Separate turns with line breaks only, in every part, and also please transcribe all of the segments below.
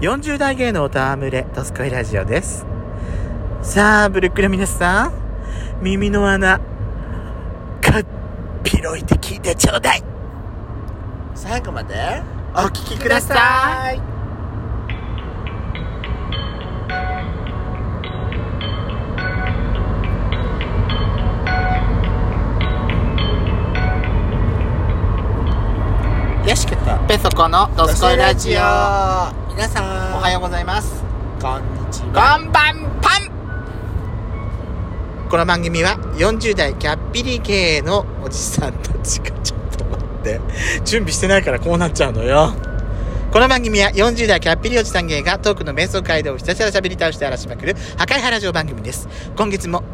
40代芸能たわむれ、ドスコイラジオです。さあ、ブルックの皆さん、耳の穴、かっぴろいて聞いてちょうだい最後までお聞きください
よしくとペソコのドスコイラジオ
皆さん
おはようございます
こんにち
はこんばんぱ
んこの番組は40代キャッピリ系のおじさんたちがちょっと待って準備してないからこうなっちゃうのよこの番組は40代キャッピリおじさん芸がトークの瞑想街道をひたすら喋り倒して荒らしまくる破壊原城番組です今月も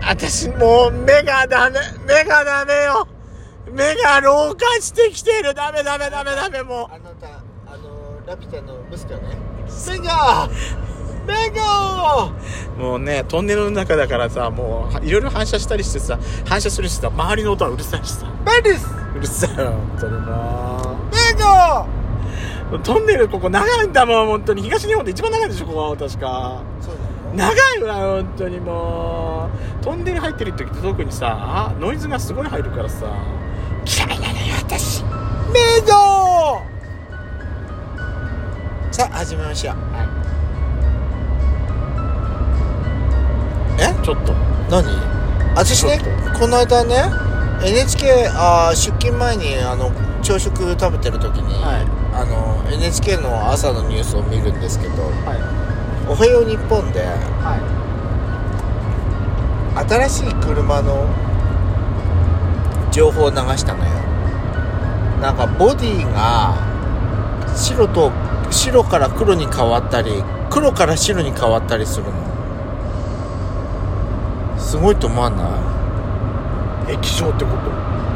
私もう目がダメ目がダメよ目が老化してきてるダメダメダメダメも
うあなたあのラピュタの息子ね
すが目がもうねトンネルの中だからさもういろいろ反射したりしてさ反射するしさ周りの音はうるさいしさ
ベリス
うるさい本当にも
う目が
トンネルここ長いんだもん本当に東日本で一番長いでしょここ確か
そう
だ長いわ本当にもうトンネル入ってる時って特にさノイズがすごい入るからさ嫌いなのよ私
メイド
さあ始めましょう、
はい、
えちょっと
何私ねこの間ね NHK あ出勤前にあの朝食食べてる時に、はい、あの NHK の朝のニュースを見るんですけど「はい、おはよう日本で」で、はい、新しい車の情報を流したのよなんかボディが白と白から黒に変わったり黒から白に変わったりするのすごいと思わない
液晶ってこ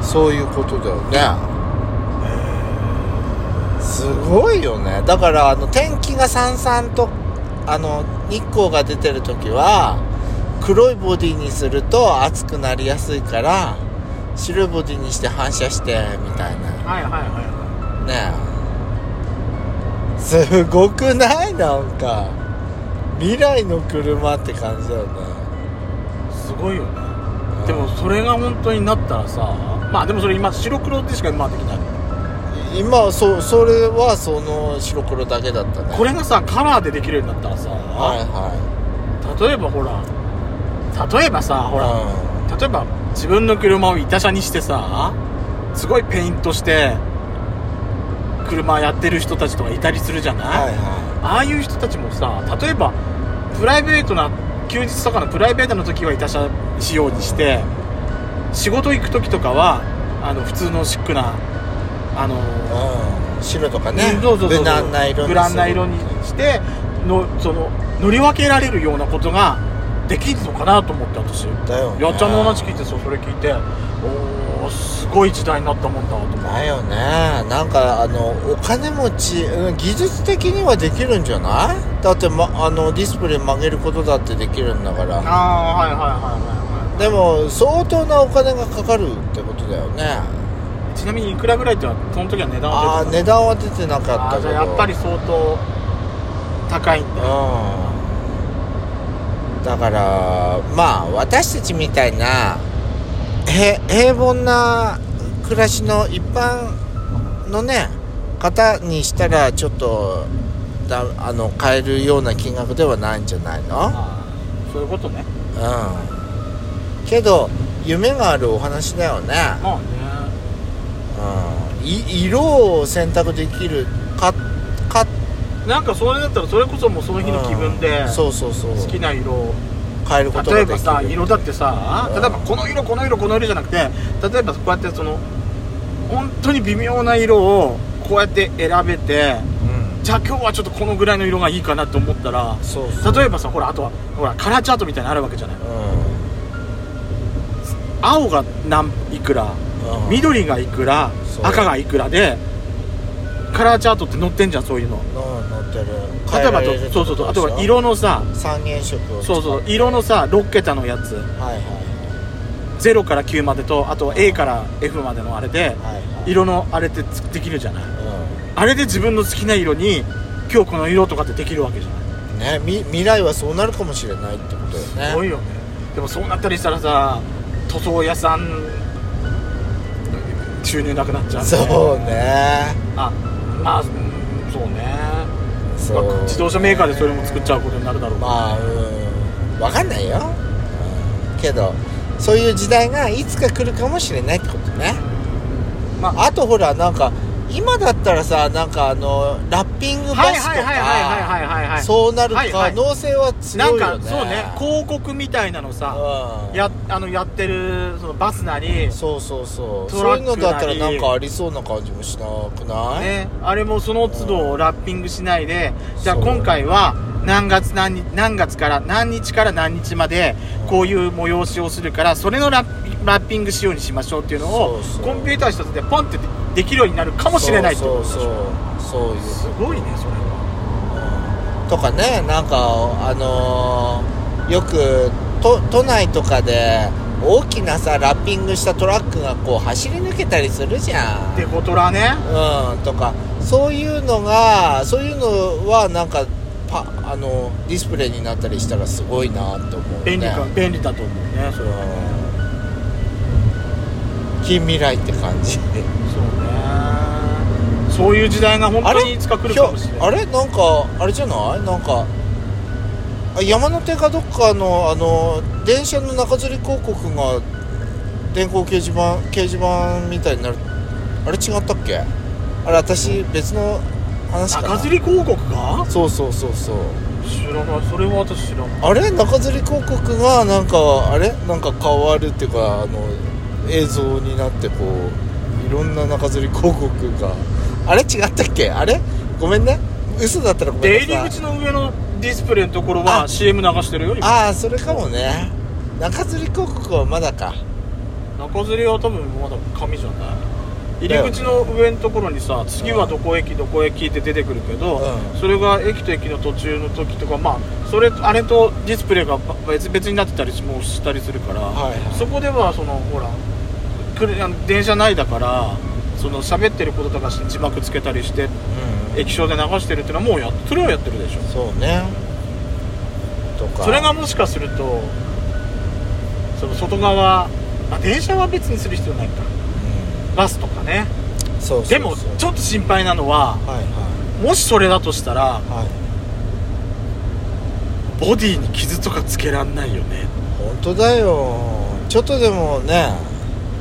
と
そういうことだよねすごいよねだからあの天気がさんさんとあの日光が出てる時は黒いボディにすると熱くなりやすいから白いボディにして反射してみたいな
はいはいはい
はいねえすごくないなんか未来の車って感じだよね
すごいよね、うん、でもそれが本当になったらさまあでもそれ今白黒でしか今できない
今そそれはその白黒だけだったね
これがさカラーでできるようになったらさはい
はい
例えばほら例えばさほら、うん、例えば自分の車を板車にしてさすごいペイントして車やってる人たちとかいたりするじゃない、はいはい、ああいう人たちもさ例えばプライベートな休日とかのプライベートの時は板車仕様にして仕事行く時とかはあの普通のシックなあの
ー、うん、白とかね
無
難な色
に無難な色にしてのその乗り分けられるようなことができるのかなと思って私
だよ、ね、
やっちゃんの話聞いてそうそれ聞いておおすごい時代になったもんだと思
だよねなんかあのお金持ち、うん、技術的にはできるんじゃないだって、ま、あのディスプレイ曲げることだってできるんだからあ
あはいはいはい
はい、はい、でも相当なお金がかかるってことだよね
ちなみにいくらぐらいってはその時は値段は
出てあ値段は出てなかったけど
やっぱり相当高いんだよ、うん
だからまあ私たちみたいな平凡な暮らしの一般のね方にしたらちょっとだあの買えるような金額ではないんじゃないの
そういうことね
うんけど夢があるお話だよね
ま
あねうん色を選択できるか買って
なんかそれだったらそれこそもうその日の気分で、うん、
そうそうそう
好きな色を
変えること
例えばさ色だってさ、うん、例えばこの色この色この色じゃなくて例えばこうやってその本当に微妙な色をこうやって選べて、うん、じゃあ今日はちょっとこのぐらいの色がいいかなと思ったら例えばさほらあとはほらカラーチャートみたいなのあるわけじゃない、青が何いくら、緑がいくら赤がいくらでカラーチャートって載ってんじゃんそういうの。
てる
例えばとそうそうそうあとは色のさ
三原色を
そうそう色のさ6桁のやつ、はい、
はい
0から9までとあと A から F までのあれで、はいはい、色のあれってできるじゃない、うん、あれで自分の好きな色に今日この色とかってできるわけじゃない
ねみ未来はそうなるかもしれないってことだ
す
よ
ご
ね
いよねでもそうなったりしたらさ塗装屋さん収入なくなっちゃう、ね、
そうね
あまあうんそうね
そう
まあ自動車メーカーでそれも作っちゃうことになるだろうな
まあうん分かんないよ、うんけどそういう時代がいつか来るかもしれないってことね
ま
あとほらなんか今だったらさなんかあのラッピング
は
バ
い
スと
はいはいはいはい
か
はいはい
そうなる
はいは
可
い
能性は
な
強
ん
いよね、
かそうね広告みたいなのさ
うん
やあのやってるそのバスなり
そうそうそう
ト
そ
ラ
う
ッ
いう
ク
のだったら
な
な
り
んかありそうな感じもしなくない、
ね、あれもその都度ラッピングしないで、じゃあ
そう
今回は何月何日何月から何日から何日まで
うん
こういう催しをするからそれのラッピラッピングしようにしましょうっていうのを
そうそう
コンピューター一つでポンってできるようになるかもしれないって
そ
こ
う
と
そうそうそういう
すごいねそれは
とかねなんかあのーよく都都内とかで大きなさラッピングしたトラックがこう走り抜けたりするじゃん
デコトラね
うんとかそういうのがそういうのはなんかパあのディスプレイになったりしたらすごいなと思う、ね、
便利か、便利だと思うねそれは
うん近未来って感じ
そうねそういう時代が本
あ
当
れ
にいつか来るかもしれ
ひょ
な
あ
い
れなんかあれじゃないなんかあ山手かどっかのあの電車の中吊り広告が電光掲示板掲示板みたいになるあれ違ったっけあれ私別の話かな
中吊り広告か
そうそうそうそう
知らないそれは私知らない
あれ中吊り広告がなんかあれなんか変わるっていうかあの映像になってこういろんな中吊り広告があれ違ったっけあれごめんね嘘だったらごめんな
出
さい
入り口の上のディスプレイのところは
あ
CM 流してるよ今
ああそれかもね中吊り広告はまだか
中吊りは多分まだ紙じゃない入
だよ
り口の上のところにさ次はどこ駅どこ駅って出てくるけど、
う
それが駅と駅の途中の時とかまあそれあれとディスプレイが別々になってたりしもうしたりするから、
はいはい
そこではそのほらくるあの電車内だからその喋ってることとかし字幕つけたりして
うん
液晶で流してるってのはもうやっそれはやってるでしょ
そうねとか
それがもしかするとその外側あ電車は別にする必要ないか
うん
バスとかね
そうそうそう
でもちょっと心配なのは
はいは
もしそれだとしたら
いはい
ボディに傷とかつけらんないよね
本当だよちょっとでもね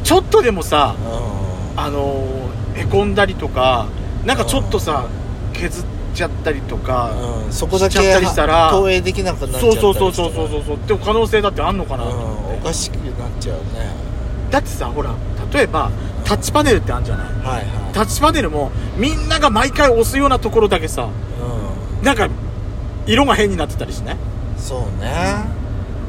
ちょっとでもさ
う
あのーへこんだりとかなんかちょっとさ削っちゃったりとか
ん、うん、そこだけ
しちゃったりしたら
投影できなくなっち
そ
ゃっ
う
たり
そうそう
した
そ
ら
うそうそうそうでも可能性だってあんのかなと
うん、
思
お
って
かしくなっちゃうね
だってさほら例えばタッチパネルってあるじゃない
はいは
タッチパネルもみんなが毎回押すようなところだけさ
い、
なんか色が変になってたりしない
うん、そうね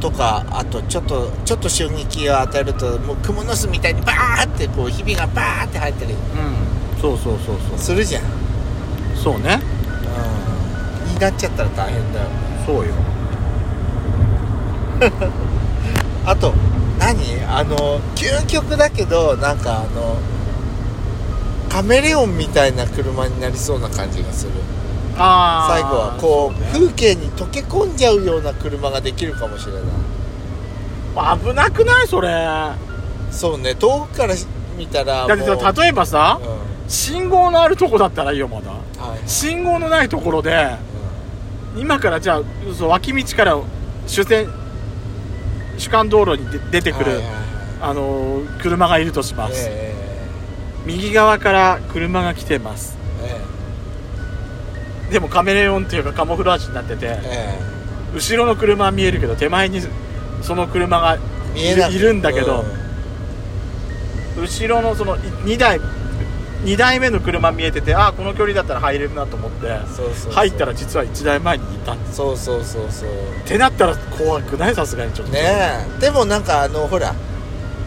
とかあとちょっとちょっと衝撃を与えるともうクモの巣みたいにバーってこうひびがバーって入ったり
うんそうそうそうそ
するじゃん、うん、
うそうね
になっちゃったら大変だよ
そうよ
あと何あの究極だけどなんかあのカメレオンみたいな車になりそうな感じがする
ああ
最後はこう
ね
風景に溶け込んじゃうような車ができるかもしれない
危なくないそれだ
そうね遠くから見たらも
っ
う
てさ例えばさ
うん
信号のあるとこだったらいいよまだ
はい
信号のないところで今からじゃあそう脇道から主線主幹道路にで出てくる、
はいはいはい
あのー車がいるとします、
え
右側から車が来てます
ええ
でもカメレオンっていうかカモフラージュになってて、
ええ
後ろの車は見えるけど手前にその車が
え見
い
えな
る
く
いるんだけど
う、ん
後ろのその2台2台目の車見えててああこの距離だったら入れるなと思って
そうそうそう
入ったら実は1台前にいたっ
そうそうそうそう
てなったら怖くないさすがにちょっと
ねえでもなんかあのほら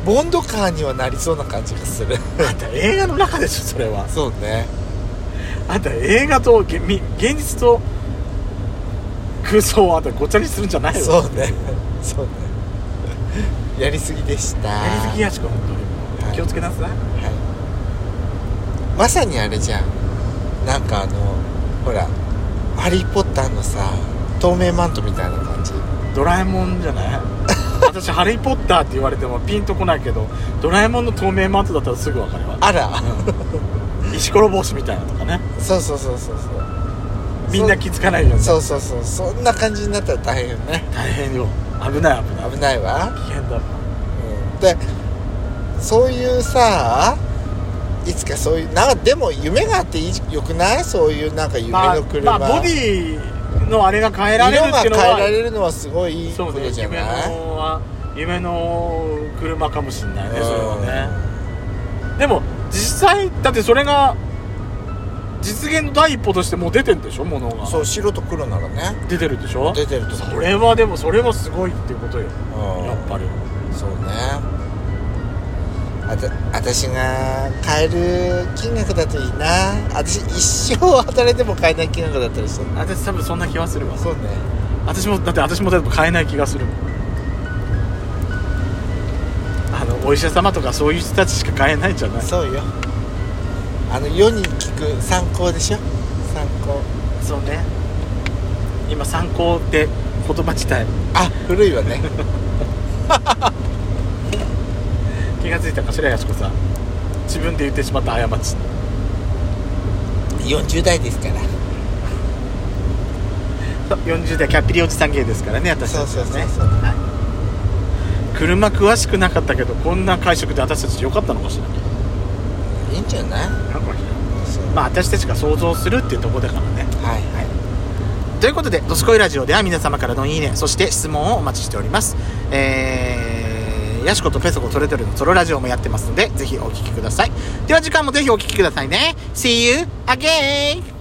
ボンドカーにはなりそうな感じがする
あんた映画の中でしょそれは
そうね
あんた映画とげみ現実と空想をあんたごちゃにするんじゃないよ
そうねそうねやりすぎでした
やりすぎやしこ本当
は
に
い
気をつけなさい
はいまさにあれじゃんなんかあのほら「ハリー・ポッター」のさ透明マントみたいな感じ
ドラえもんじゃない私ハリー・ポッターって言われてもピンとこないけどドラえもんの透明マントだったらすぐ分かるわ
あら、
石ころ帽子みたいなのとかね
そうそうそうそうそう
みんな気づかないように
そうそうそうそんな感じになったら大変よね
大変よ危ない危ない
危ないわ
危険だ
でそういうさいつかそういうなんかでも夢があっていいよくないそういうなんか夢
まあ
の、車、
まあ、ボディのあれが変えられる
色
っ
が
てい
変
う
え
のは
られるのはすごいいい
そ
こ
うね
とじゃ
夢の
ない
は夢の車かもしんないねそれは
ね
ねでも実際だってそれが実現の第一歩としてもう出てんでしょものが
そう白と黒ならね
出てるでしょ
出てると
それはでもそれはすごいっていうことよや
や
っぱり
そうねあた私が買える金額だといいな私一生働いても買えない金額だったりして
私多分そんな気はするわ
そうね
私もだって私もでも買えない気がするもんあのお医者様とかそういう人たちしか買えないんじゃない
そうよあの世に聞く参考でしょ参考
そうね今参考って言葉自体
あ古いわね
気がついたかしらやしこさん自分で言ってしまった過ち
40代ですから
40代キャッピリおじさん芸ですからね私たち
そう
は
そうそう
ね
そう
はい車詳しくなかったけどこんな会食で私たち良かったのかしら
いいんじゃな
な
い
んかしら
そう
まあ私たちが想像するっていうところだからね
はいはい
ということで「どすこいラジオ」では皆様からのいいねそして質問をお待ちしておりますえー、やしことペソコそれぞれのソロラジオもやってますのでぜひお聞きくださいでは時間もぜひお聞きくださいね See you again!